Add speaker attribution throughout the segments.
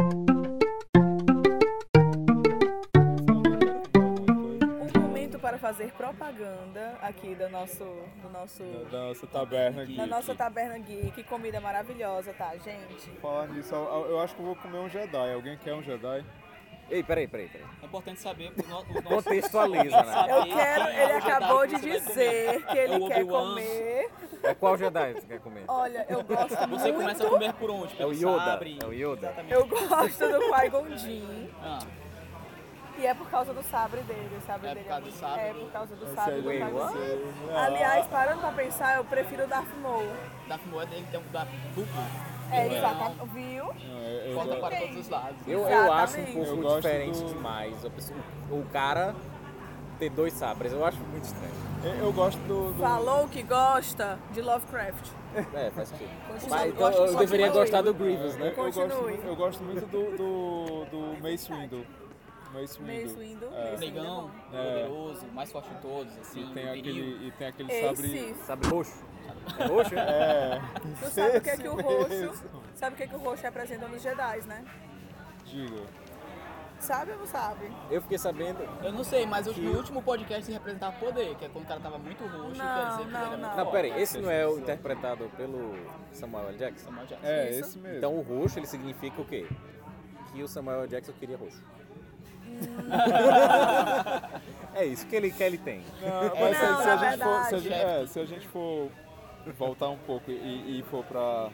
Speaker 1: Um para fazer propaganda aqui do nosso. Do nosso
Speaker 2: Da nossa taberna aqui.
Speaker 1: da nossa taberna geek, comida maravilhosa, tá, gente?
Speaker 2: Falar nisso, eu eu acho que eu vou comer um Jedi. Alguém quer um Jedi?
Speaker 3: Ei, peraí, peraí, peraí.
Speaker 4: É importante saber o no- o nosso...
Speaker 3: Contextualiza, né?
Speaker 1: Eu
Speaker 4: Saber
Speaker 1: quero,
Speaker 4: quem é
Speaker 1: ele
Speaker 4: o Jedi
Speaker 1: acabou
Speaker 4: que
Speaker 1: de
Speaker 4: você vai comer.
Speaker 1: dizer que
Speaker 4: É
Speaker 1: ele
Speaker 4: o
Speaker 1: quer
Speaker 4: Obi-Wan.
Speaker 1: comer.
Speaker 3: É qual Jedi você quer comer?
Speaker 1: Olha, eu gosto
Speaker 4: Você
Speaker 1: muito.
Speaker 4: começa a comer por onde?
Speaker 3: É o
Speaker 4: Pelo
Speaker 3: Yoda.
Speaker 4: sabre?
Speaker 3: É o Yoda.
Speaker 4: Exatamente.
Speaker 1: Eu gosto do Qui-Gon Jinn.
Speaker 4: Ah,
Speaker 1: E é por causa do sabre dele. O sabre
Speaker 4: É por
Speaker 1: dele
Speaker 4: causa do
Speaker 1: muito-
Speaker 4: sabre?
Speaker 1: É por causa do sabre do
Speaker 3: Wait,
Speaker 1: Qui-Gon
Speaker 3: what?
Speaker 1: Jinn. Aliás, parando pra pensar, eu prefiro o Darth Maul.
Speaker 4: Darth Maul é dele, tem um da duplo.
Speaker 1: É,
Speaker 4: Não.
Speaker 1: exatamente. Viu?
Speaker 2: Não, eu- eu-
Speaker 4: Corta
Speaker 1: eu-
Speaker 4: para todos os lados.
Speaker 3: Eu, eu
Speaker 1: Exatamente.
Speaker 3: acho um pouco
Speaker 2: Eu gosto
Speaker 3: diferente
Speaker 2: do-
Speaker 3: demais. A pessoa- o cara ter dois sabres, eu acho muito estranho.
Speaker 2: eu- eu gosto do. do-
Speaker 1: Falou que gosta de Lovecraft.
Speaker 3: É, faz sentido.
Speaker 1: Continua,
Speaker 3: Mas
Speaker 1: eu
Speaker 3: então
Speaker 1: gosto
Speaker 3: eu,
Speaker 1: só de
Speaker 3: deveria
Speaker 1: Maui.
Speaker 3: gostar do Grievous, né?
Speaker 2: Eu gosto,
Speaker 1: Continue.
Speaker 2: eu gosto muito do, do, do Mace Windu. Mace Windu.
Speaker 1: Mace Windu,
Speaker 2: É.
Speaker 1: Mace-
Speaker 4: Negão,
Speaker 2: É.
Speaker 4: poderoso, mais forte de todos, assim,
Speaker 2: E tem
Speaker 4: viril.
Speaker 2: aquele, e tem aquele
Speaker 1: Ei,
Speaker 2: sabre.
Speaker 1: Sif.
Speaker 3: Sabre roxo. É roxo? É.
Speaker 2: É.
Speaker 1: Tu sabe o que é
Speaker 2: esse
Speaker 1: que o
Speaker 2: mesmo.
Speaker 1: roxo... Sabe o que é que o roxo representa nos Jedi, né?
Speaker 2: Diga.
Speaker 1: Sabe ou não sabe?
Speaker 3: Eu fiquei sabendo.
Speaker 4: Eu não sei, mas eu- no último podcast se representava poder, que é quando o cara tava muito roxo, quer dizer
Speaker 1: Não,
Speaker 4: que
Speaker 1: não,
Speaker 4: ele era
Speaker 1: não.
Speaker 4: muito
Speaker 3: Não,
Speaker 4: forte. Tá
Speaker 3: peraí, esse não é o interpretado pelo Samuel L. Jackson?
Speaker 4: Samuel Jackson.
Speaker 2: É,
Speaker 1: Isso.
Speaker 2: esse mesmo.
Speaker 3: Então o roxo ele significa o quê? Que o Samuel L. Jackson queria roxo. é isso que ele quer, ele tem.
Speaker 2: Não, mas se- É, se, a gente
Speaker 1: Não, na
Speaker 2: for, se, a
Speaker 1: verdade.
Speaker 2: gente, é, se a gente for voltar um pouco e, e for pra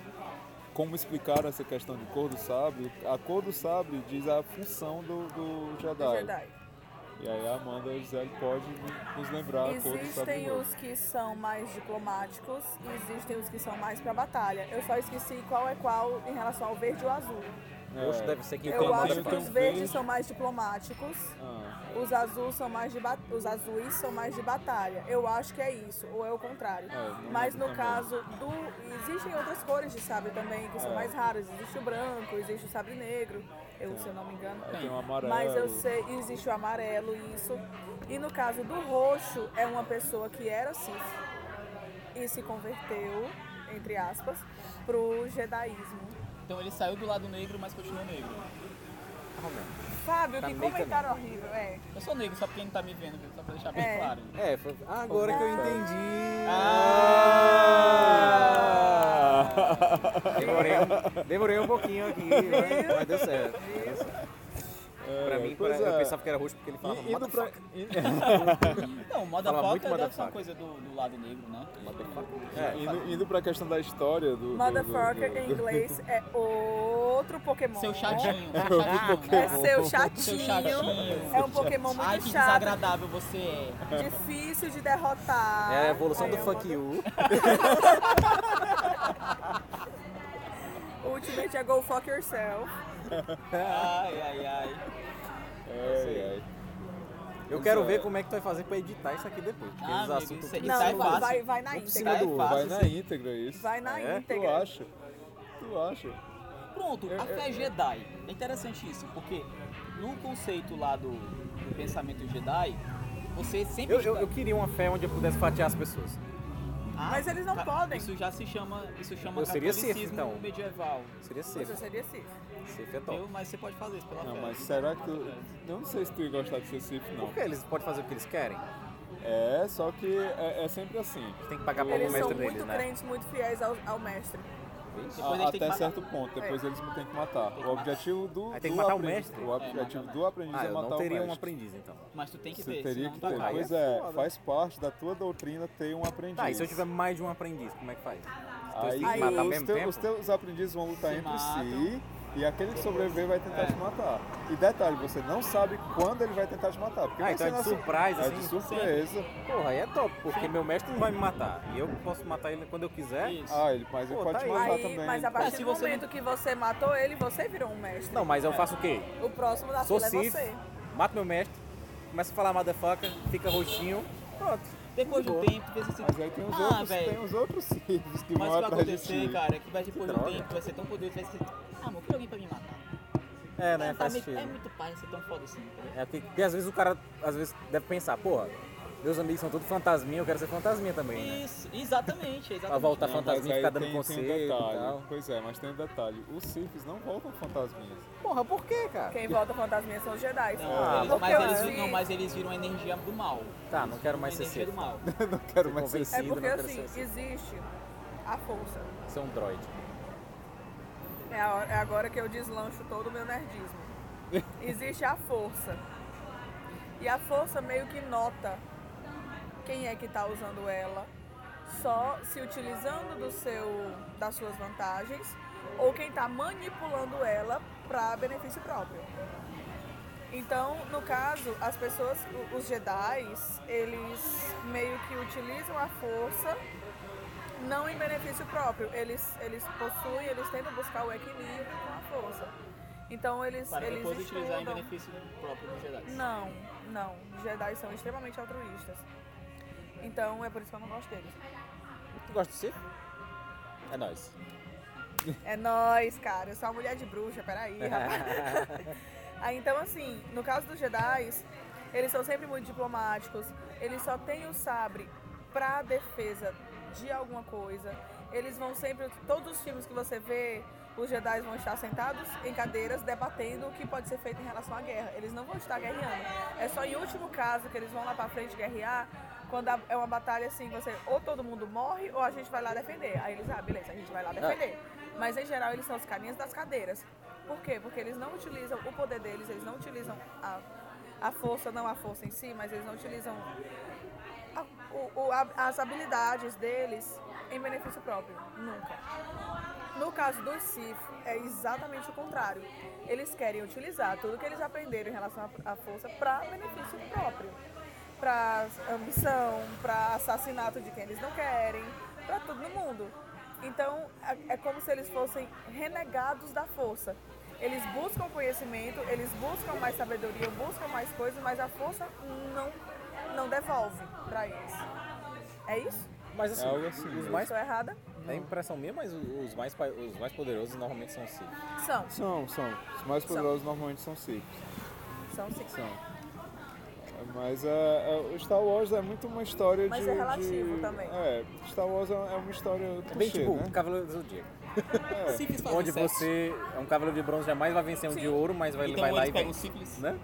Speaker 2: como explicar essa questão de cor do sabre, a cor do sabre diz a função do, do
Speaker 1: Dos
Speaker 2: Jedi.
Speaker 1: Jedi.
Speaker 2: Tá E aí a Amanda e o Gisele pode no- nos lembrar a cor do sabre.
Speaker 1: Existem
Speaker 2: roxo.
Speaker 1: os que são mais diplomáticos e existem os que são mais pra batalha. Eu só esqueci qual é qual em relação ao verde e ao azul.
Speaker 3: Roxo
Speaker 2: É.
Speaker 3: deve ser quem
Speaker 1: Eu
Speaker 3: comanda
Speaker 1: acho
Speaker 2: tem
Speaker 1: que
Speaker 3: pra-
Speaker 2: um
Speaker 1: os
Speaker 2: verde.
Speaker 1: verdes são mais diplomáticos,
Speaker 2: Ah,
Speaker 1: os azuis são mais de ba- os azuis são mais de batalha. Eu acho que é isso, ou é o contrário.
Speaker 2: É, não
Speaker 1: Mas no
Speaker 2: lembro também.
Speaker 1: caso do existem outras cores de sabre também que são
Speaker 2: É.
Speaker 1: mais raras. Existe o branco, existe o sabre negro. Eu, se eu não me engano,
Speaker 2: aí tem um amarelo.
Speaker 1: Mas eu sei, existe o amarelo, isso. E no caso do roxo, é uma pessoa que era Sith e se converteu, entre aspas, pro Jediísmo.
Speaker 4: Então ele saiu do lado negro, mas continua negro.
Speaker 1: Fábio,
Speaker 3: Tá
Speaker 1: que
Speaker 3: meio
Speaker 1: comentário horrível, é.
Speaker 4: Eu sou negro, só porque não tá me vendo, viu? só pra deixar bem
Speaker 1: É.
Speaker 4: claro.
Speaker 3: É, foi- agora que eu entendi. Demorei, um- demorei um pouquinho aqui, mas, mas deu certo. Deu certo.
Speaker 2: É,
Speaker 3: Pra mim,
Speaker 2: pois
Speaker 3: pra- eu
Speaker 2: é.
Speaker 3: pensava que era roxo porque ele falava
Speaker 2: E- indo pra-
Speaker 3: motherfucker.
Speaker 4: Não, moda
Speaker 3: Fala muito
Speaker 4: foca deve ser
Speaker 3: motherfucker.
Speaker 4: uma coisa do, do lado negro, né?
Speaker 3: É,
Speaker 2: Indo, indo pra questão da história do. do- do-
Speaker 1: Motherfucker
Speaker 2: do-
Speaker 1: em inglês é outro Pokémon.
Speaker 4: Seu chatinho, seu
Speaker 1: É seu
Speaker 4: chatinho. Seu
Speaker 1: chatinho.
Speaker 4: chatinho.
Speaker 1: É um Pokémon
Speaker 4: Ai,
Speaker 1: muito
Speaker 4: que
Speaker 1: chato,
Speaker 4: desagradável você é.
Speaker 1: difícil de derrotar.
Speaker 3: é a evolução
Speaker 1: Aí
Speaker 3: do
Speaker 1: eu
Speaker 3: fuck
Speaker 1: mando-
Speaker 3: you.
Speaker 1: Ultimate é go fuck yourself.
Speaker 4: Ai, ai, ai.
Speaker 2: Ai, ai.
Speaker 3: Eu quero ver como é que tu vai fazer pra editar isso aqui depois. Porque
Speaker 4: Ah,
Speaker 3: os
Speaker 4: amigo,
Speaker 3: assuntos
Speaker 4: isso é-
Speaker 3: aqui
Speaker 4: Não,
Speaker 3: são-
Speaker 4: é fácil.
Speaker 1: vai, vai na
Speaker 3: Um por cima
Speaker 1: íntegra.
Speaker 3: do outro.
Speaker 2: Vai
Speaker 4: fácil,
Speaker 2: na
Speaker 4: sim.
Speaker 2: íntegra isso.
Speaker 1: Vai na
Speaker 3: É?
Speaker 2: Tu
Speaker 1: íntegra.
Speaker 2: acha? Tu acha?
Speaker 4: Pronto, a fé Jedi. É interessante isso, porque no conceito lá do, do pensamento Jedi, você sempre.
Speaker 3: Eu, eu, eu queria uma fé onde eu pudesse fatiar as pessoas.
Speaker 4: Ah,
Speaker 1: Mas eles não
Speaker 4: tá-
Speaker 1: podem.
Speaker 4: Isso já se chama, isso chama
Speaker 3: Eu seria Sith,
Speaker 4: catolicismo
Speaker 3: então.
Speaker 4: medieval.
Speaker 3: Seria safe.
Speaker 1: Você seria Sif.
Speaker 3: Safe é
Speaker 4: Eu,
Speaker 3: top.
Speaker 4: mas você pode fazer isso pela
Speaker 2: Não,
Speaker 4: fé.
Speaker 2: mas será que tu. Eu não sei se tu ia gostar de ser Sif, não.
Speaker 3: Porque eles podem fazer o que eles querem.
Speaker 2: É, só que é, é sempre assim.
Speaker 3: Tem que pagar pau
Speaker 1: Eles
Speaker 3: pro
Speaker 1: são
Speaker 3: mestre
Speaker 1: muito
Speaker 3: deles, né?
Speaker 1: crentes, muito fiéis ao, ao mestre.
Speaker 4: Depois
Speaker 2: A-
Speaker 4: eles têm que
Speaker 2: até
Speaker 4: pagar.
Speaker 2: certo ponto, depois eles me têm que matar.
Speaker 4: Tem que
Speaker 2: O objetivo do.
Speaker 3: É. Aí tem que
Speaker 2: do
Speaker 3: matar o
Speaker 2: aprendiz-
Speaker 3: mestre?
Speaker 2: O objetivo do aprendiz
Speaker 3: Ah,
Speaker 2: é
Speaker 3: eu
Speaker 2: matar
Speaker 3: não teria
Speaker 2: o
Speaker 3: um
Speaker 2: mestre.
Speaker 3: aprendiz, então.
Speaker 4: Mas tu tem que
Speaker 2: Você
Speaker 4: ter,
Speaker 2: teria
Speaker 4: senão
Speaker 2: que
Speaker 4: tá
Speaker 2: ter.
Speaker 4: pago.
Speaker 2: Pois
Speaker 3: é
Speaker 2: é,
Speaker 3: foda.
Speaker 2: faz parte da tua doutrina ter um aprendiz.
Speaker 3: Tá, e se eu tiver mais de um aprendiz, como é que faz? Os dois
Speaker 2: Aí,
Speaker 3: têm que matar ao
Speaker 2: os,
Speaker 3: mesmo
Speaker 2: teu-
Speaker 3: tempo?
Speaker 2: os teus aprendizes vão lutar
Speaker 4: Se
Speaker 2: entre
Speaker 4: matam.
Speaker 2: si e aquele que sobreviver vai
Speaker 3: É.
Speaker 2: tentar te matar. E detalhe, você não sabe quando ele vai tentar te matar. Porque
Speaker 3: Ah,
Speaker 2: você
Speaker 3: então é de
Speaker 2: não-
Speaker 3: surpresa,
Speaker 2: É
Speaker 3: assim?
Speaker 2: de surpresa.
Speaker 3: Porra, aí é top, porque meu mestre não vai me matar. E eu posso matar ele quando eu quiser.
Speaker 4: Isso.
Speaker 2: Ah, ele, mas ele
Speaker 3: Pô,
Speaker 2: pode
Speaker 3: tá
Speaker 2: te
Speaker 3: aí.
Speaker 2: matar
Speaker 1: Aí,
Speaker 2: também.
Speaker 1: mas a partir
Speaker 4: É, se
Speaker 1: do
Speaker 4: você
Speaker 1: momento que você matou ele, você virou um mestre.
Speaker 3: Não, mas eu faço o quê?
Speaker 1: O próximo da
Speaker 3: Sou
Speaker 1: fila é
Speaker 3: Sif,
Speaker 1: você.
Speaker 3: mato meu mestre, começo a falar motherfucker, fica roxinho, pronto.
Speaker 4: Depois de um
Speaker 3: Boa.
Speaker 4: tempo, pensa assim.
Speaker 2: Mas aí tem os
Speaker 4: ah,
Speaker 2: outros,
Speaker 4: velho,
Speaker 2: tem
Speaker 3: um
Speaker 2: os outros cílios que vão
Speaker 4: Mas o que vai
Speaker 2: atrás de
Speaker 4: acontecer,
Speaker 2: ti.
Speaker 4: cara, é que vai depois de um
Speaker 3: droga.
Speaker 4: tempo, vai ser tão poderoso, vai ser. Ah, mano, queria alguém pra me matar.
Speaker 3: É, né?
Speaker 4: Tá
Speaker 3: Faz
Speaker 4: meio- é
Speaker 3: sentido.
Speaker 4: muito pai ser tão foda assim, entendeu?
Speaker 3: É porque, porque às vezes o cara às vezes deve pensar, porra, Meus amigos são tudo fantasminha, eu quero ser fantasminha também, né?
Speaker 4: Isso, exatamente, exatamente.
Speaker 3: Pra voltar
Speaker 2: Não,
Speaker 3: Tá fantasminha,
Speaker 2: mas aí
Speaker 3: ficar dando
Speaker 2: tem- tem um
Speaker 3: conselho e
Speaker 2: detalhe.
Speaker 3: tal.
Speaker 2: Pois é, mas tem um detalhe. Os Siths não voltam fantasminhas.
Speaker 3: Porra, por quê, cara?
Speaker 1: Quem volta fantasminha são os Jedi.
Speaker 4: Não,
Speaker 3: Ah,
Speaker 4: eles-
Speaker 1: porque
Speaker 4: mas,
Speaker 1: eu
Speaker 4: eles,
Speaker 1: acho
Speaker 4: viram-
Speaker 1: que-
Speaker 4: mas eles viram a energia do mal.
Speaker 3: Tá, não quero mais
Speaker 4: Uma
Speaker 3: ser
Speaker 4: energia
Speaker 3: Sith.
Speaker 4: do mal.
Speaker 2: Não quero mais ser
Speaker 3: convencido,
Speaker 1: É
Speaker 3: não
Speaker 1: porque
Speaker 3: quero
Speaker 1: assim,
Speaker 3: ser Sith.
Speaker 1: existe a força.
Speaker 3: Ser um droid.
Speaker 1: É, a hora- é agora que eu deslancho todo o meu nerdismo. Existe a força. E a força meio que nota quem é que está usando ela, só se utilizando do seu, das suas vantagens, ou quem está manipulando ela para benefício próprio. Então, no caso, as pessoas, o- os Jedi, eles meio que utilizam a força não em benefício próprio. Eles, eles possuem, eles tentam buscar o equilíbrio com a força. Então eles,
Speaker 4: Para
Speaker 1: eles
Speaker 4: depois utilizar em
Speaker 1: estudam.
Speaker 4: benefício próprio do Jedi.
Speaker 1: Não, não. Os Jedi são extremamente altruístas. Então é por isso que eu não gosto deles.
Speaker 3: Tu gosta de Sith? É nóis.
Speaker 1: É nóis, cara. Eu sou uma mulher de bruxa, peraí, rapaz. Aí, então, assim, no caso dos Jedi, eles são sempre muito diplomáticos. Eles só têm o sabre pra defesa de alguma coisa. Eles vão sempre. Todos os filmes que você vê, os Jedi vão estar sentados em cadeiras debatendo o que pode ser feito em relação à guerra. Eles não vão estar guerreando. É só em último caso que eles vão lá pra frente guerrear. Quando a- é uma batalha assim, você ou todo mundo morre ou a gente vai lá defender. Aí eles, ah, beleza, a gente vai lá defender. Mas em geral eles são os carinhas das cadeiras. Por quê? Porque eles não utilizam o poder deles, eles não utilizam a, a força, não a força em si, mas eles não utilizam a- o- o- a- as habilidades deles em benefício próprio. Nunca. No caso dos Sith, é exatamente o contrário. Eles querem utilizar tudo que eles aprenderam em relação à à força para benefício próprio. Para ambição, para assassinato de quem eles não querem, para todo mundo. Então, é- é como se eles fossem renegados da força. Eles buscam conhecimento, eles buscam mais sabedoria, buscam mais coisas, mas a força não, não devolve para eles. É isso?
Speaker 3: Mas assim,
Speaker 2: É algo assim
Speaker 3: os
Speaker 2: mesmo.
Speaker 3: mais.
Speaker 1: Estou errada?
Speaker 3: É impressão minha, mas os mais, pa- os mais poderosos normalmente são assim. Sith.
Speaker 1: São.
Speaker 2: São, são. Os mais
Speaker 1: São.
Speaker 2: poderosos normalmente são Siths.
Speaker 1: São sim.
Speaker 2: São. Mas é, é, o Star Wars é muito uma história
Speaker 1: Mas
Speaker 2: de...
Speaker 1: é relativo
Speaker 2: de-
Speaker 1: também.
Speaker 2: É, Star Wars é é uma história clichê,
Speaker 3: Bem tipo
Speaker 2: né?
Speaker 3: o Cavaleiro do Zodíaco.
Speaker 2: É.
Speaker 4: Sífilis faz
Speaker 3: Onde
Speaker 4: um sexo.
Speaker 3: você. É um Cavaleiro de bronze, jamais vai vencer um
Speaker 1: Tá Sim.
Speaker 3: de ouro, mas vai,
Speaker 4: Então
Speaker 3: vai lá
Speaker 4: eles
Speaker 3: e
Speaker 1: um
Speaker 4: pegam
Speaker 3: vence.
Speaker 4: sífilis.
Speaker 3: Né?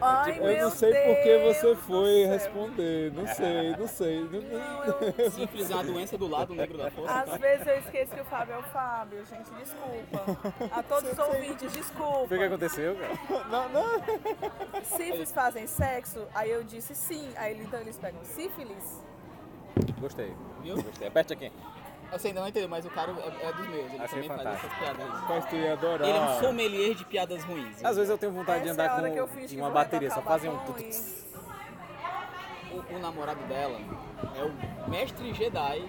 Speaker 1: Ai,
Speaker 2: Eu
Speaker 1: meu
Speaker 2: não sei
Speaker 1: Deus
Speaker 2: por que você
Speaker 1: do
Speaker 2: foi
Speaker 1: céu.
Speaker 2: responder. Não sei, não sei. Não,
Speaker 1: Não,
Speaker 2: não.
Speaker 1: eu...
Speaker 4: Sífilis é uma doença do lado negro da força. tá,
Speaker 1: Às vezes eu esqueço que o Fábio é o Fábio, gente, desculpa. A todos os ouvintes,
Speaker 3: Foi o que
Speaker 1: desculpa.
Speaker 3: aconteceu, cara.
Speaker 2: Não, é não.
Speaker 1: Sífilis fazem sexo? Aí eu disse sim. Aí ele- então eles pegam sífilis?
Speaker 3: Gostei.
Speaker 4: Viu?
Speaker 3: Gostei. Aperte aqui.
Speaker 4: Você ainda não entendeu, mas o cara é, é dos meus. Ele
Speaker 3: Achei
Speaker 4: também faz
Speaker 3: fantástico.
Speaker 4: essas piadas.
Speaker 2: Mas tu ia adorar.
Speaker 4: Ele é um sommelier de piadas ruins.
Speaker 3: Às vezes eu tenho vontade de
Speaker 1: Essa é a
Speaker 3: andar
Speaker 1: hora
Speaker 3: com
Speaker 1: que eu fiz
Speaker 3: em
Speaker 1: que
Speaker 3: uma
Speaker 1: vai
Speaker 3: bateria,
Speaker 1: tocar
Speaker 3: só fazer um
Speaker 1: batom
Speaker 3: tutu.
Speaker 1: e-
Speaker 4: O, o namorado dela é o mestre Jedi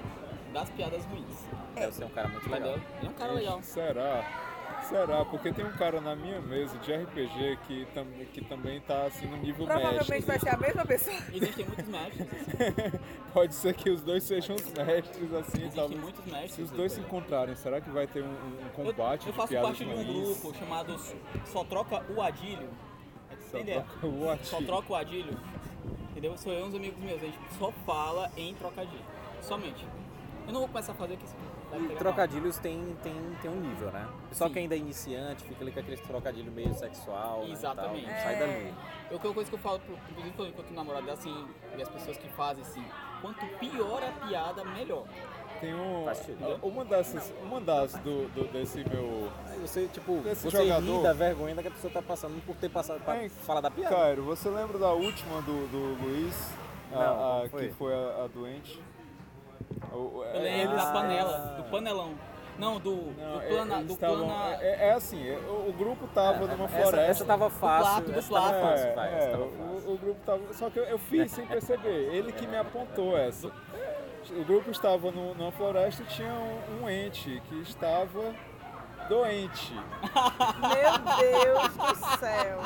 Speaker 4: das piadas ruins.
Speaker 1: É.
Speaker 3: Deve ser um cara muito
Speaker 4: Entendeu?
Speaker 3: legal.
Speaker 4: Ele é um cara legal.
Speaker 2: Será? Será? Porque tem um cara na minha mesa de RPG que, tam, que também tá assim no nível
Speaker 1: Provavelmente vai
Speaker 2: mestre.
Speaker 1: ser a mesma pessoa.
Speaker 4: Existem muitos mestres.
Speaker 2: Então,
Speaker 4: assim.
Speaker 2: Pode ser que os dois sejam os mestres assim,
Speaker 4: Existem
Speaker 2: talvez.
Speaker 4: muitos mestres.
Speaker 2: Se os dois se
Speaker 4: entendeu?
Speaker 2: encontrarem, será que vai ter um- um, um
Speaker 4: Eu,
Speaker 2: combate
Speaker 4: eu
Speaker 2: de
Speaker 4: faço
Speaker 2: piadas
Speaker 4: parte de um
Speaker 2: ruins?
Speaker 4: grupo chamado Só Troca o Adílio.
Speaker 2: Só
Speaker 4: Entendeu?
Speaker 2: troca o
Speaker 4: Só
Speaker 2: ativo.
Speaker 4: troca o adilho. Entendeu? Sou eu e uns amigos meus. A gente só fala em trocadilho. Somente. Eu não vou começar a fazer aqui.
Speaker 3: E trocadilhos tem, tem, tem um nível, né? Só
Speaker 4: Sim.
Speaker 3: quem ainda é iniciante fica ali com aquele trocadilho meio sexual. né, e tal,
Speaker 4: Exatamente.
Speaker 3: não sai
Speaker 1: É.
Speaker 3: dali.
Speaker 4: Eu, uma coisa que eu falo, pro, inclusive, quando eu encontro namorado é assim, e as pessoas que fazem assim, quanto pior a piada, melhor.
Speaker 2: Tem um.
Speaker 3: Faz sentido.
Speaker 2: Uma dessas. Uma das do, do- desse meu.
Speaker 3: Aí você, tipo,
Speaker 2: Esse
Speaker 3: você ri
Speaker 2: jogador-
Speaker 3: da vergonha que a pessoa tá passando por ter passado pra
Speaker 2: É,
Speaker 3: falar da piada.
Speaker 2: Cairo, você lembra da última do, do Luiz? A-
Speaker 3: Não,
Speaker 2: a-
Speaker 3: como foi?
Speaker 2: Que foi a, a doente? O- é,
Speaker 4: Eu lembro
Speaker 2: eles-
Speaker 4: da panela, do panelão. Não, do,
Speaker 2: não,
Speaker 4: do
Speaker 2: é-
Speaker 4: plana.
Speaker 2: eles
Speaker 4: Do
Speaker 2: estavam-
Speaker 4: plana
Speaker 2: é, é assim, é, o, o grupo tava numa
Speaker 3: Essa,
Speaker 2: floresta.
Speaker 3: essa tava fácil.
Speaker 4: plato, do
Speaker 3: essa tava
Speaker 4: plato.
Speaker 3: fácil, vai.
Speaker 2: É,
Speaker 3: essa
Speaker 2: é,
Speaker 3: tava fácil.
Speaker 2: o, o grupo tava. Só que eu, eu fiz sem perceber. Ele que me apontou essa. O grupo estava no, numa floresta e tinha um, um ente que estava doente.
Speaker 1: Meu Deus do céu.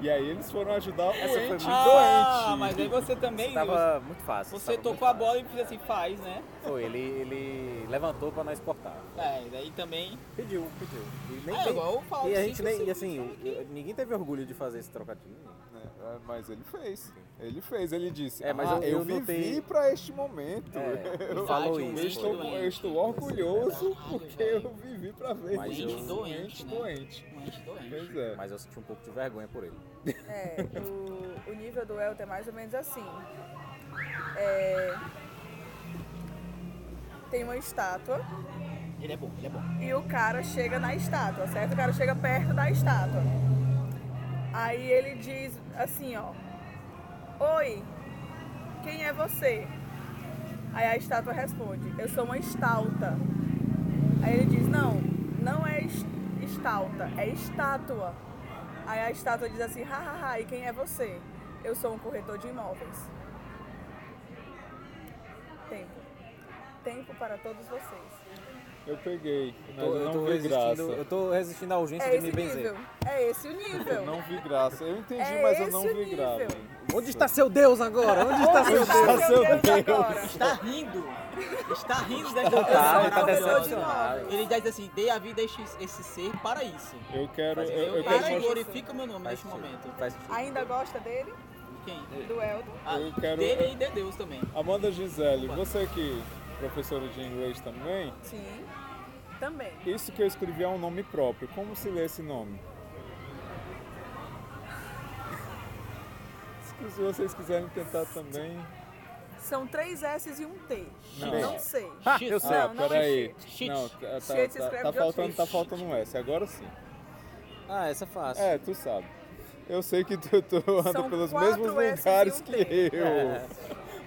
Speaker 2: E aí eles foram ajudar o
Speaker 3: Essa foi
Speaker 2: ente
Speaker 3: muito-
Speaker 4: ah,
Speaker 2: doente.
Speaker 4: mas aí você também.
Speaker 3: Tava muito fácil.
Speaker 4: Você
Speaker 3: tava muito
Speaker 4: tocou a
Speaker 3: fácil.
Speaker 4: bola e fez assim, faz, né?
Speaker 3: Foi, ele, ele levantou pra nós cortar.
Speaker 4: É, daí também.
Speaker 3: Pediu, pediu. E, nem,
Speaker 4: É,
Speaker 3: nem-
Speaker 4: igual eu falo
Speaker 3: e a
Speaker 4: assim,
Speaker 3: gente
Speaker 4: que
Speaker 3: nem.
Speaker 4: você-
Speaker 3: E assim, eu- eu- ninguém teve orgulho de fazer esse trocadilho.
Speaker 2: É, Mas, mas ele fez. Ele fez, ele disse.
Speaker 3: É, mas
Speaker 2: "Ah,
Speaker 3: eu-
Speaker 2: eu,
Speaker 3: eu
Speaker 2: vivi
Speaker 3: notei-
Speaker 2: pra este momento.
Speaker 3: É, ele
Speaker 2: eu,
Speaker 3: falou
Speaker 2: eu
Speaker 3: isso,
Speaker 2: estou,
Speaker 4: foi.
Speaker 2: eu estou orgulhoso porque eu vivi pra ver
Speaker 3: Mas
Speaker 2: este
Speaker 3: eu-
Speaker 2: momento
Speaker 4: Doente, né?
Speaker 2: doente.
Speaker 4: Um ente doente.
Speaker 2: Pois é.
Speaker 3: Mas eu senti um pouco de vergonha por ele.
Speaker 1: É, o, o nível do Elton é mais ou menos assim. É, tem uma estátua
Speaker 4: Ele é bom, ele é
Speaker 3: Tá.
Speaker 4: bom.
Speaker 1: e o cara chega na estátua, certo? O cara chega perto da estátua. Aí ele diz assim, ó. Oi, quem é você? Aí a estátua responde, eu sou uma estalta. Aí ele diz, não, não é es- estalta, é estátua. Aí a estátua diz assim, hahaha, e quem é você? Eu sou um corretor de imóveis. Tempo. Tempo para todos vocês.
Speaker 2: Eu peguei, mas
Speaker 3: Tô-
Speaker 2: eu
Speaker 3: eu, tô
Speaker 2: não vi graça.
Speaker 3: resistindo, eu tô resistindo à urgência
Speaker 1: É
Speaker 3: de
Speaker 1: esse
Speaker 3: me
Speaker 1: o
Speaker 3: benzer.
Speaker 1: nível. É esse o
Speaker 2: Eu
Speaker 1: nível.
Speaker 2: não vi graça. Eu entendi,
Speaker 1: É
Speaker 2: mas eu não
Speaker 1: esse o
Speaker 2: vi
Speaker 1: nível.
Speaker 2: graça.
Speaker 3: Onde está seu Deus agora? Onde está seu Deus?
Speaker 1: Meu
Speaker 2: seu
Speaker 1: Deus,
Speaker 2: Deus.
Speaker 1: agora.
Speaker 4: Está tá rindo. Está rindo da tá,
Speaker 1: Tá,
Speaker 3: ele tá
Speaker 1: Eu sou
Speaker 3: decepcionado.
Speaker 1: de
Speaker 4: Ele já diz assim, dei a vida a este- esse, ser para isso.
Speaker 2: Eu quero.
Speaker 3: Mas
Speaker 2: Eu, eu quero
Speaker 1: Para
Speaker 4: Eu quero
Speaker 1: isso.
Speaker 2: mostrar.
Speaker 4: glorifica o meu nome
Speaker 3: Faz
Speaker 4: neste
Speaker 3: sentido,
Speaker 4: momento.
Speaker 3: faz sentido.
Speaker 1: Ainda gosta dele?
Speaker 4: Quem?
Speaker 1: Do Eldon?
Speaker 4: Ah,
Speaker 2: Eu quero-
Speaker 4: Dele e de Deus também.
Speaker 2: Amanda Gisele, você que é professora de inglês também,
Speaker 1: Sim. Também.
Speaker 2: isso que eu escrevi é um nome próprio. Como se lê esse nome? Se vocês quiserem tentar também.
Speaker 1: São três S's e um T.
Speaker 2: Não.
Speaker 1: Não sei.
Speaker 3: Ah,
Speaker 4: X.
Speaker 3: eu sei.
Speaker 1: Não, não é
Speaker 2: peraí.
Speaker 1: shit.
Speaker 4: shit.
Speaker 2: Não, tá, tá-
Speaker 1: Shit se
Speaker 2: tá- tá
Speaker 1: escreve de outro
Speaker 2: faltando, tá
Speaker 1: jeito.
Speaker 2: faltando um S, agora sim.
Speaker 3: Ah, essa é fácil.
Speaker 2: É, tu sabe. Eu sei que tu, tu anda
Speaker 1: São
Speaker 2: pelos
Speaker 1: quatro
Speaker 2: mesmos
Speaker 1: S's e um
Speaker 2: lugares
Speaker 1: T.
Speaker 2: que eu.
Speaker 3: É.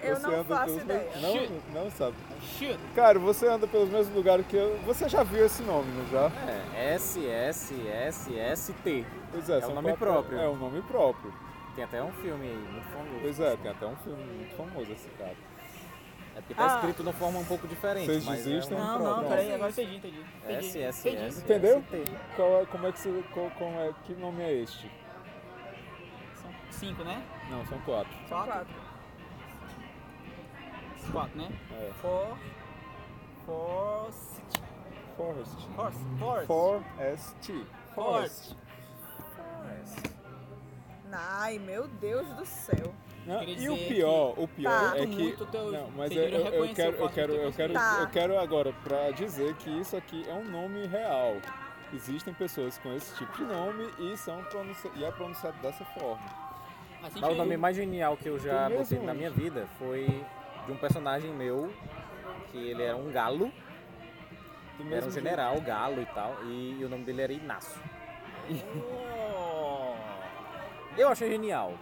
Speaker 1: Eu
Speaker 2: Você
Speaker 1: não
Speaker 2: anda
Speaker 1: faço
Speaker 2: pelos
Speaker 1: ideia.
Speaker 2: mesmos- Não, não sabe.
Speaker 4: Shoot.
Speaker 2: Cara, você anda pelos mesmos lugares que eu. Você já viu esse nome, não já?
Speaker 3: É, S, S, S, S, T.
Speaker 2: Pois é,
Speaker 3: É
Speaker 2: são
Speaker 3: um nome
Speaker 2: quatro-
Speaker 3: próprio.
Speaker 2: É um nome próprio.
Speaker 3: Tem até um filme aí, muito famoso. Assim.
Speaker 2: Pois é, tem até um filme muito famoso esse cara.
Speaker 3: É porque tá
Speaker 1: Ah.
Speaker 3: escrito de uma forma um pouco diferente.
Speaker 2: Vocês
Speaker 3: mas
Speaker 2: desistem?
Speaker 3: É um
Speaker 4: Não,
Speaker 3: nome
Speaker 4: não,
Speaker 3: próprio.
Speaker 4: peraí, agora entendi, entendi.
Speaker 3: S,
Speaker 4: Entendi.
Speaker 3: S,
Speaker 4: Entendi.
Speaker 3: S.
Speaker 2: Entendeu?
Speaker 3: S, T.
Speaker 2: Qual é, como é que se. Qual, como é, que nome é este?
Speaker 4: São cinco, né?
Speaker 2: Não, são quatro.
Speaker 1: São quatro.
Speaker 4: Quatro, né?
Speaker 2: É.
Speaker 4: For. Forced.
Speaker 2: Forest.
Speaker 4: Forced. Forced.
Speaker 2: Forest.
Speaker 4: Forced.
Speaker 1: Ai, meu Deus do céu.
Speaker 2: Não,
Speaker 4: Queria
Speaker 2: e o
Speaker 4: dizer
Speaker 2: pior, o pior
Speaker 1: Tá.
Speaker 2: é
Speaker 4: Sinto
Speaker 2: que.
Speaker 4: muito teu-
Speaker 2: Não, mas
Speaker 4: teu
Speaker 2: eu,
Speaker 4: dinheiro
Speaker 2: eu- eu
Speaker 4: reconhecer
Speaker 2: quero,
Speaker 4: o
Speaker 2: eu
Speaker 4: fato
Speaker 2: quero,
Speaker 4: de ter
Speaker 2: eu quero,
Speaker 1: Tá.
Speaker 2: eu quero agora pra dizer que isso aqui é um nome real. Existem pessoas com esse tipo de nome e são pronunci... e é pronunciado dessa forma.
Speaker 4: Mas
Speaker 3: Mas o
Speaker 4: entendi.
Speaker 3: nome mais genial que eu já
Speaker 2: Tem mesmo,
Speaker 3: botei na minha vida foi de um personagem meu, que ele era um galo,
Speaker 2: Do
Speaker 3: era
Speaker 2: mesmo
Speaker 3: um
Speaker 2: jeito-
Speaker 3: general galo e tal, e o nome dele era Inácio.
Speaker 4: Oh,
Speaker 3: Eu achei genial.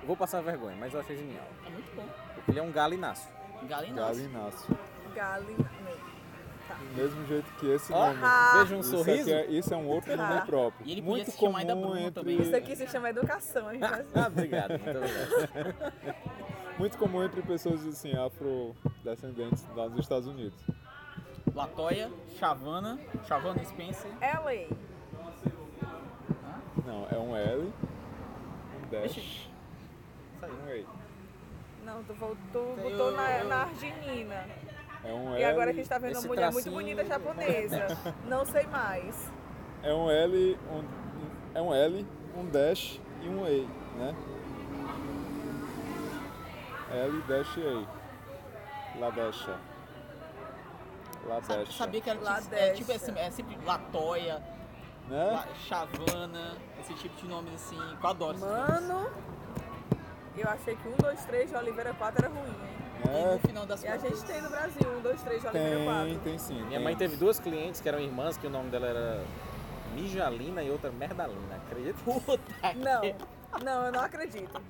Speaker 3: Eu vou passar vergonha, mas eu achei genial.
Speaker 4: É muito bom.
Speaker 3: Porque ele é um galo Inácio.
Speaker 4: Galinas.
Speaker 2: Galo Inácio.
Speaker 1: Galen.
Speaker 2: Do mesmo jeito que esse
Speaker 3: Ó.
Speaker 2: nome.
Speaker 1: Ah,
Speaker 3: Veja um
Speaker 2: isso,
Speaker 3: sorriso.
Speaker 2: aqui é, isso é um outro nome
Speaker 1: Ah.
Speaker 2: próprio.
Speaker 4: E ele podia
Speaker 2: Muito
Speaker 4: se
Speaker 2: comum
Speaker 4: chamar ainda Bruno
Speaker 2: entre...
Speaker 4: também.
Speaker 1: isso aqui se chama educação. A gente vai...
Speaker 3: Ah, obrigado, muito obrigado.
Speaker 2: Muito comum entre pessoas assim, afrodescendentes lá nos Estados Unidos.
Speaker 4: Latoya, Chavana, Chavana Spencer.
Speaker 1: LA.
Speaker 2: Não, é um L, um dash, um E.
Speaker 1: Não, tu, vol- tu botou na, na arginina.
Speaker 2: É um L,
Speaker 1: E agora que a gente tá vendo uma
Speaker 3: Esse
Speaker 1: mulher muito
Speaker 3: tracinho.
Speaker 1: bonita japonesa. Não sei mais.
Speaker 2: é um L, um, é um L, um dash e um E, né? L, dash e E. La dasha. La
Speaker 4: Sa-
Speaker 2: dasha.
Speaker 4: Sabia que era tipo,
Speaker 1: Ladesha.
Speaker 4: é, tipo assim, é sempre Latoya,
Speaker 2: Né?
Speaker 4: La- Chavana, esse tipo de nomes assim, que eu adoro esses nomes.
Speaker 1: Mano, eu achei que 1, 2, 3 de Oliveira 4 era ruim. hein?
Speaker 4: E no
Speaker 2: É,
Speaker 4: final das
Speaker 1: E a gente tem no Brasil 1, 2, 3 de Oliveira 4.
Speaker 2: tem, tem sim.
Speaker 3: Minha
Speaker 2: tem.
Speaker 3: mãe teve duas clientes que eram irmãs, que o nome dela era Mijalina e outra Merdalina, acredita?
Speaker 4: Puta
Speaker 1: Não,
Speaker 4: que-
Speaker 1: não, eu não acredito.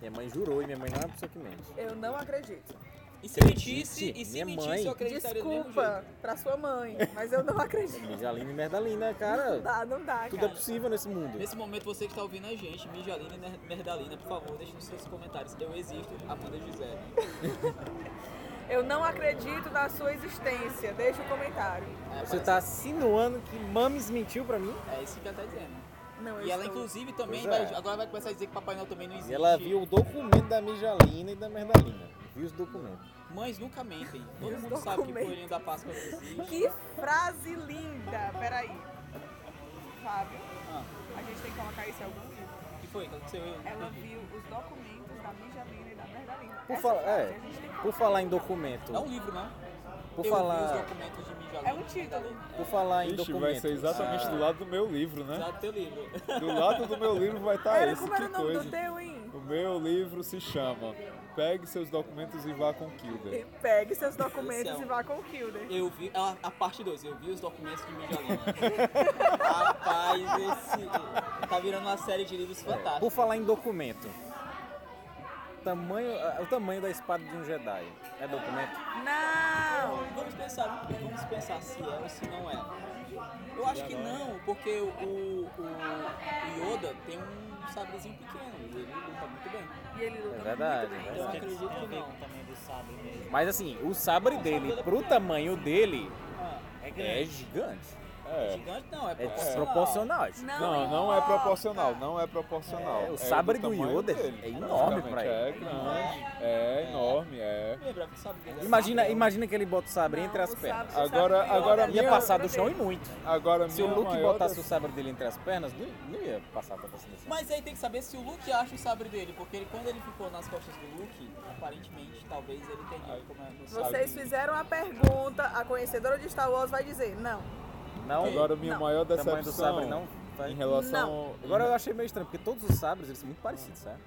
Speaker 3: Minha mãe jurou e minha mãe não é uma pessoa que mente.
Speaker 1: Eu não acredito.
Speaker 4: E se mentisse, e se
Speaker 3: Minha
Speaker 4: mentisse,
Speaker 3: mãe.
Speaker 4: eu acreditaria do mesmo jeito.
Speaker 1: Desculpa pra sua mãe, mas eu não acredito.
Speaker 3: Mijalina e Merdalina, cara.
Speaker 1: Não dá, não dá,
Speaker 3: tudo é
Speaker 1: cara.
Speaker 3: possível nesse mundo.
Speaker 4: Nesse momento, você que está ouvindo a gente, Mijalina e Mer- Merdalina, por favor, deixe nos seus comentários. Eu existo, Amanda É, Gisele.
Speaker 1: Eu não acredito na sua existência. Deixa o comentário.
Speaker 4: É,
Speaker 3: Você
Speaker 4: parece-
Speaker 3: tá insinuando que Mames mentiu pra mim?
Speaker 4: é isso que ela tá dizendo.
Speaker 1: Não, eu
Speaker 4: E ela,
Speaker 1: estou-
Speaker 4: inclusive, também
Speaker 3: Pois é.
Speaker 4: vai- agora vai começar a dizer que Papai Noel também não existe.
Speaker 3: E ela viu o documento da Mijalina e da Merdalina. Viu os documentos.
Speaker 4: Mães nunca mentem. Todo
Speaker 1: Os
Speaker 4: mundo sabe que o
Speaker 1: documentos.
Speaker 4: coelhinho da Páscoa não existe.
Speaker 1: Que frase linda! Peraí. Fábio,
Speaker 4: Ah,
Speaker 1: a gente tem que colocar isso em algum livro.
Speaker 4: que foi que aconteceu? Eu-
Speaker 1: Ela viu os documentos da Mijalina e da Merdalina.
Speaker 3: Por
Speaker 1: Essa
Speaker 3: falar-
Speaker 1: frase
Speaker 3: é.
Speaker 1: a gente tem que
Speaker 3: Por falar em documento,
Speaker 4: É um livro, né?
Speaker 3: por
Speaker 4: eu vi os
Speaker 3: falar,
Speaker 4: documentos de Mijalina. Tá
Speaker 1: É um título.
Speaker 3: por falar em
Speaker 2: Ixi,
Speaker 3: documento.
Speaker 2: vai ser
Speaker 3: Ah.
Speaker 2: exatamente do lado do meu livro, né?
Speaker 4: Exato, teu livro.
Speaker 2: Do lado do meu livro vai
Speaker 3: Tá,
Speaker 2: estar
Speaker 1: Era,
Speaker 2: esse,
Speaker 1: como era
Speaker 2: que
Speaker 1: o nome
Speaker 2: coisa.
Speaker 1: do teu, hein?
Speaker 2: O meu livro se chama Pegue seus documentos e vá com Kilda.
Speaker 1: E pegue seus documentos
Speaker 4: Esse é
Speaker 1: e
Speaker 4: um-
Speaker 1: vá com o Kilder.
Speaker 4: Eu vi a, a parte 2, eu vi os documentos de Mijalina. Rapaz, esse tá virando uma série de livros fantásticos.
Speaker 3: Por falar em documento. Tamanho, ah, o tamanho da espada de um Jedi é documento?
Speaker 1: Não!
Speaker 4: Vamos pensar, um vamos pensar se é ou se não é. Eu acho que não, porque o, o, o Yoda tem um sabrezinho pequeno e ele luta muito bem. Então,
Speaker 1: E ele luta
Speaker 3: É verdade,
Speaker 1: muito
Speaker 3: é
Speaker 1: bem.
Speaker 4: Eu
Speaker 3: verdade.
Speaker 4: acredito que não.
Speaker 5: tamanho do sabre mesmo.
Speaker 3: Mas assim, o sabre dele pro tamanho dele
Speaker 4: Ah,
Speaker 5: É
Speaker 3: é
Speaker 5: grande.
Speaker 3: gigante.
Speaker 2: É.
Speaker 4: gigante não, é
Speaker 3: É
Speaker 4: proporcional.
Speaker 3: desproporcional.
Speaker 2: Não, não é proporcional, não é proporcional.
Speaker 3: É, o sabre do
Speaker 2: tamanho
Speaker 3: Yoda
Speaker 2: dele,
Speaker 3: é enorme pra
Speaker 2: basicamente.
Speaker 3: ele.
Speaker 2: É grande, é enorme, é.
Speaker 4: Lembra que o sabre dele é
Speaker 3: Imagina,
Speaker 4: sabre.
Speaker 3: imagina que ele bota o sabre
Speaker 1: Não,
Speaker 3: entre as
Speaker 1: o
Speaker 3: pernas.
Speaker 1: sabre- o
Speaker 2: Agora-
Speaker 1: sabre do Yoda
Speaker 2: agora
Speaker 1: é
Speaker 2: a
Speaker 3: Ia
Speaker 2: minha- um
Speaker 3: passar do
Speaker 1: grande.
Speaker 3: chão e muito.
Speaker 2: Agora,
Speaker 3: Se o
Speaker 2: minha
Speaker 3: Luke
Speaker 2: maior
Speaker 3: botasse o
Speaker 2: decepção-
Speaker 3: sabre dele entre as pernas, não, não ia passar pra você.
Speaker 4: Mas aí tem que saber se o Luke acha o sabre dele, porque ele, quando ele ficou nas costas do Luke, aparentemente, talvez ele tenha dito como é o sabre.
Speaker 1: Vocês fizeram a pergunta, a conhecedora de Star Wars vai dizer não.
Speaker 3: Não,
Speaker 2: Agora, minha
Speaker 1: Não.
Speaker 2: maior
Speaker 3: o tamanho do
Speaker 2: decepção
Speaker 3: sabre não.
Speaker 2: em relação.
Speaker 3: Agora eu achei meio estranho, porque todos os sabres eles são muito parecidos, sabe?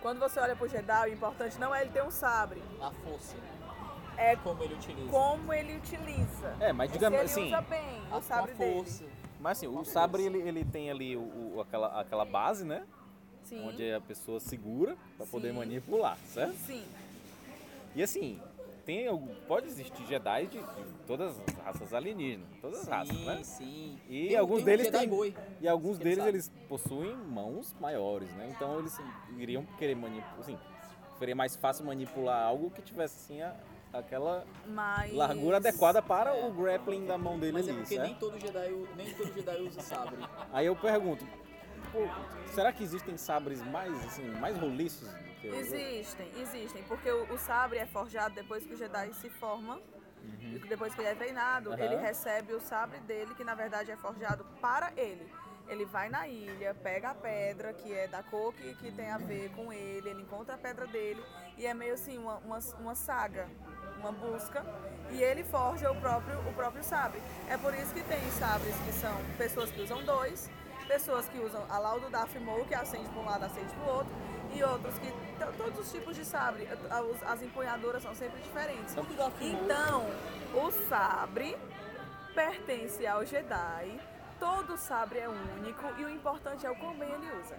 Speaker 1: Quando você olha pro Jedi, o importante não é ele ter um sabre,
Speaker 4: A força,
Speaker 1: é
Speaker 4: como ele utiliza.
Speaker 1: como ele utiliza.
Speaker 3: É, mas digamos
Speaker 1: Se ele
Speaker 3: assim.
Speaker 1: usa bem
Speaker 4: a,
Speaker 1: o sabre
Speaker 4: a
Speaker 1: dele.
Speaker 4: força.
Speaker 3: Mas assim, o sabre ele, ele tem ali o, o- aquela, aquela base, né?
Speaker 1: Sim.
Speaker 3: Onde a pessoa segura pra poder
Speaker 1: Sim.
Speaker 3: manipular,
Speaker 2: é?
Speaker 3: certo?
Speaker 1: Sim.
Speaker 3: E assim, tem, algum- pode existir Jedi de, de todas as raças alienígenas, todas as raças,
Speaker 4: sim,
Speaker 3: né?
Speaker 4: sim.
Speaker 3: E
Speaker 4: Tem-
Speaker 3: alguns
Speaker 4: tem um
Speaker 3: deles
Speaker 4: Jedi
Speaker 3: têm-
Speaker 4: Boi.
Speaker 3: E alguns
Speaker 4: Quem
Speaker 3: deles
Speaker 4: sabe?
Speaker 3: eles possuem mãos maiores, né? Então eles iriam querer manipular, assim, seria mais fácil manipular algo que tivesse assim a- aquela
Speaker 1: Mas.
Speaker 3: largura adequada para o grappling da mão dele
Speaker 4: Mas é
Speaker 3: ali,
Speaker 4: porque nem
Speaker 3: certo?
Speaker 4: todo Jedi, u- nem todo Jedi usa sabre.
Speaker 3: Aí eu pergunto, pô, será que existem sabres mais assim, mais roliços do que o
Speaker 1: Existem, existem. Porque o, o sabre é forjado depois que o Jedi se forma. E depois que ele é treinado,
Speaker 3: Aham.
Speaker 1: ele recebe o sabre dele, que na verdade é forjado para ele. Ele vai na ilha, pega a pedra, que é da cor que, que tem a ver com ele, ele encontra a pedra dele, e é meio assim uma, uma, uma saga, uma busca, e ele forja o próprio, o próprio sabre. É por isso que tem sabres que são pessoas que usam dois, pessoas que usam a laudo da Maul, que acende para um lado, acende para o outro, e outros que. to- Todos os tipos de sabre, as- as empunhaduras são sempre diferentes.
Speaker 4: Tanto da Fimou,
Speaker 1: Então, o sabre pertence ao Jedi. Todo sabre é único e o importante é o como bem ele usa.